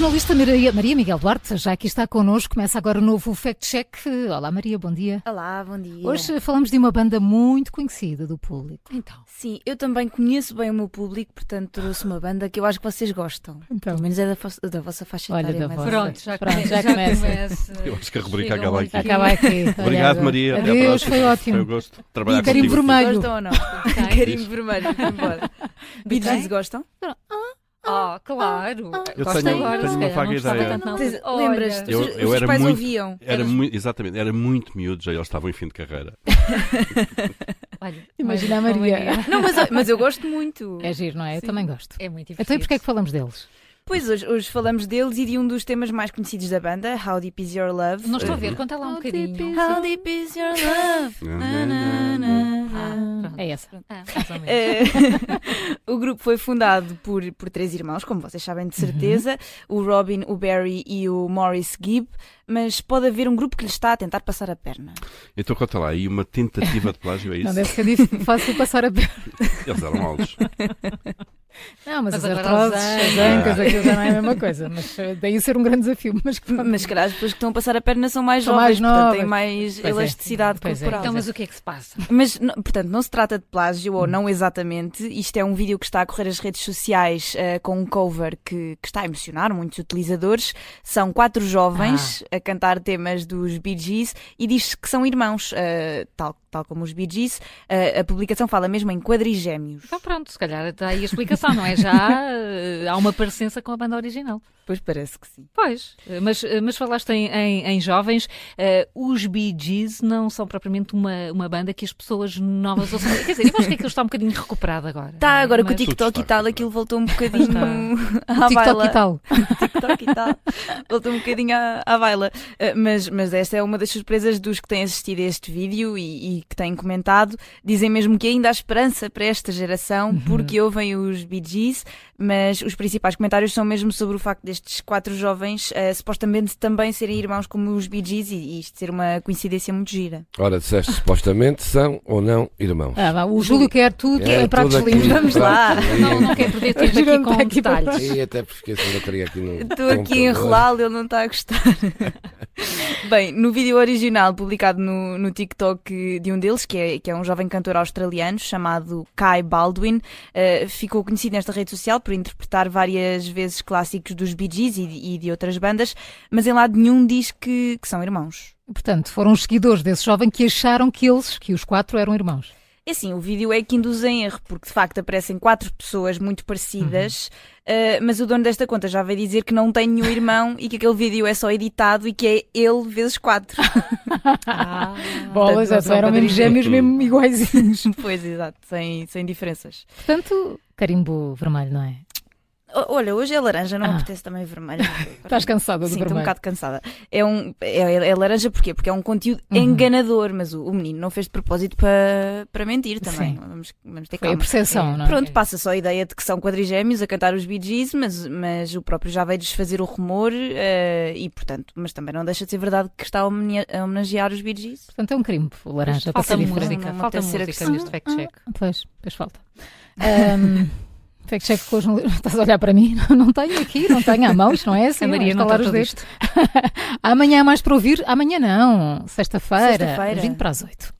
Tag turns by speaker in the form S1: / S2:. S1: jornalista Maria, Maria Miguel Duarte já aqui está connosco. Começa agora o novo Fact Check. Olá Maria, bom dia.
S2: Olá, bom dia.
S1: Hoje falamos de uma banda muito conhecida do público.
S2: Então. Sim, eu também conheço bem o meu público, portanto trouxe uma banda que eu acho que vocês gostam.
S1: Então.
S2: Pelo menos é da, fos- da vossa faixa
S1: Olha,
S2: etária.
S1: da
S2: mas-
S1: vossa.
S3: Pronto, já,
S1: Pronto,
S3: come-
S1: já
S3: já
S1: começa.
S3: começa.
S4: Eu acho que a rubrica
S3: Chega
S4: acaba
S3: muito
S4: aqui.
S1: Acaba aqui. Olha,
S4: Obrigado,
S1: agora.
S4: Maria. Até à
S1: Adeus,
S4: próxima.
S1: foi
S4: Foi um
S1: ótimo.
S4: gosto de trabalhar
S1: E carimbo
S4: contigo.
S1: vermelho.
S2: Gostam ou não?
S3: Ok.
S2: Carimbo vermelho, vamos embora. Bee Gees gostam?
S3: Oh, claro.
S4: Eu
S3: Gosto
S4: tenho-
S3: agora,
S4: tenho
S3: se
S4: uma
S3: calhar
S4: vaga
S3: não gostava
S4: ideia.
S3: tanto, não.
S2: Tens-
S3: Olha,
S2: Lembras?
S4: Eu-
S2: os,
S4: eu
S2: os
S4: era
S2: pais
S4: muito-
S2: ouviam.
S4: Era muito, exatamente, era muito miúdo, já eles estavam em fim de carreira.
S3: olha,
S1: Imagina a
S3: olha,
S1: Maria.
S2: Não, mas, mas eu gosto muito.
S1: É giro, não é? Eu
S3: Sim.
S1: também gosto.
S3: É muito divertido.
S1: Então e porquê é que falamos deles?
S2: Pois hoje, hoje falfalamos deles e de um dos temas mais conhecidos da banda, How Deep Is Your Love.
S3: Não estou a ver, conta lá um
S1: Oh,
S3: bocadinho.
S1: típico.
S2: How Deep Is Your Love. Na, na, na, na.
S3: Ah, pronto.
S1: É essa.
S3: Ah, mais ou menos.
S1: É.
S2: Eh, o grupo foi fundado por, por três irmãos, como vocês sabem de
S1: Uhum.
S2: certeza, o Robin, o Barry e o Morris Gibb, mas pode haver um grupo que lhe está a tentar passar a perna.
S4: Então conta lá, e uma tentativa de plágio é
S1: Não
S4: isso?
S1: deve ser difícil, fácil passar a perna.
S4: Eles eram altos.
S1: Não, mas,
S3: Mas
S1: as
S3: agora
S1: artroses,
S3: as
S1: as
S4: ancas.
S1: ancas, aquilo já não é a mesma coisa. Mas eh, daí ser um grande desafio. Mas pronto.
S2: Mas se calhar as pessoas que estão a passar a perna são mais
S1: São
S2: jovens,
S1: mais
S2: portanto têm
S1: novas.
S2: mais
S1: Pois é.
S2: elasticidade
S1: Pois é.
S2: corporal.
S3: Então, mas o que é que se passa?
S2: Mas, n- portanto, não se trata de plágio, ou não exatamente. Isto é um vídeo que está a correr as redes sociais eh, com um cover que, que está a emocionar muitos utilizadores. São quatro jovens a cantar temas dos Bee Gees e diz-se que são irmãos, eh, tal, tal como os Bee Gees. Eh, a publicação fala mesmo em quadrigémeos.
S3: Então pronto, se calhar está aí a explicação, não é? Já eh, há uma parecença com a banda original.
S2: Pois parece que sim.
S3: Pois, eh, mas, eh, mas falaste em, em- em jovens, eh, os Bee Gees não são propriamente uma, uma banda que as pessoas novas ouçam. Quer dizer, eu acho que aquilo está um bocadinho recuperado agora. não
S2: Está
S3: é?
S2: Tá, agora com o
S3: Mas-
S4: Tudo
S2: TikTok
S4: está
S2: e tal,
S4: recuperado.
S2: aquilo voltou um bocadinho à Ah, baila.
S1: TikTok e tal.
S2: TikTok e tal. Voltou um bocadinho à, à baila. Eh, Mas, mas esta é uma das surpresas dos que têm assistido a este vídeo e, e que têm comentado. Dizem mesmo que ainda há esperança para esta geração, porque ouvem os Bee Gees, mas os principais comentários são mesmo sobre o facto destes quatro jovens eh, supostamente também serem irmãos como os Bee Gees e, e isto ser uma coincidência muito gira.
S5: Ora, disseste supostamente são ou não irmãos.
S1: Ah, vá, o Júlio quer tudo,
S5: É,
S1: é pratos
S5: tudo aqui,
S1: limpos.
S2: Vamos lá.
S5: pratos
S3: Não, não
S5: limpos.
S3: quero perder tempo
S1: Girando
S3: aqui com
S1: está aqui para
S3: detalhes.
S5: E até porque esqueci da bateria aqui no.
S2: Estou aqui a
S5: computador.
S2: enrolá-lo, ele não está a gostar. Bem, no vídeo original publicado no, no TikTok de um deles, que é, que é um jovem cantor australiano chamado Kai Baldwin, eh, ficou conhecido nesta rede social por interpretar várias vezes clássicos dos Bee Gees e, de- e de outras bandas, mas em lado nenhum diz que, que são irmãos.
S1: Portanto, foram os seguidores desse jovem que acharam que eles, que os quatro, eram irmãos.
S2: É assim, o vídeo é que induz em erro, porque de facto aparecem quatro pessoas muito parecidas, eh, mas o dono desta conta já veio dizer que não tem nenhum irmão e que aquele vídeo é só editado e que é ele vezes quatro.
S3: Ah,
S1: Bolas,
S2: não
S1: é, só
S2: são
S1: eram mesmo
S2: quadrilhos.
S1: gêmeos, mesmo iguaizinhos.
S2: Pois, exato, sem, sem diferenças.
S1: Portanto, carimbo vermelho, não é?
S2: O- olha, hoje é laranja, não
S1: Ah.
S2: me apetece também vermelho.
S1: Estás cansada do
S2: Sim, estou um
S1: vermelho.
S2: bocado cansada. É, um, é, é laranja porquê? Porque é um conteúdo
S1: Uhum.
S2: enganador, mas o, o menino não fez de propósito para, para mentir também.
S1: Sim.
S2: Vamos, vamos ter
S1: Foi a
S2: calma.
S1: percepção, não é?
S2: Pronto, passa só a ideia de que são quadrigémeos a cantar os Bee Gees, mas, mas o próprio já veio desfazer o rumor eh, e, portanto, mas também não deixa de ser verdade que está a homene- a homenagear os Bee Gees.
S1: Portanto, é um carimbo laranja para
S3: falta
S1: ser diferente. Ah,
S3: música,
S2: Não, não
S3: falta
S2: apetece ser
S3: música
S2: agressiva.
S3: neste fact-check.
S1: Pois, pois falta. Ahm, fact check com os jornalistas. Estás a olhar para mim? Não, não tenho aqui, não tenho à mão, isto não é assim.
S3: A Maria
S1: vamos
S3: não
S1: falar
S3: tratou
S1: os é dedos. Amanhã há mais para ouvir? Amanhã não, sexta-feira,
S2: Sexta-feira.
S1: 20 para as 8.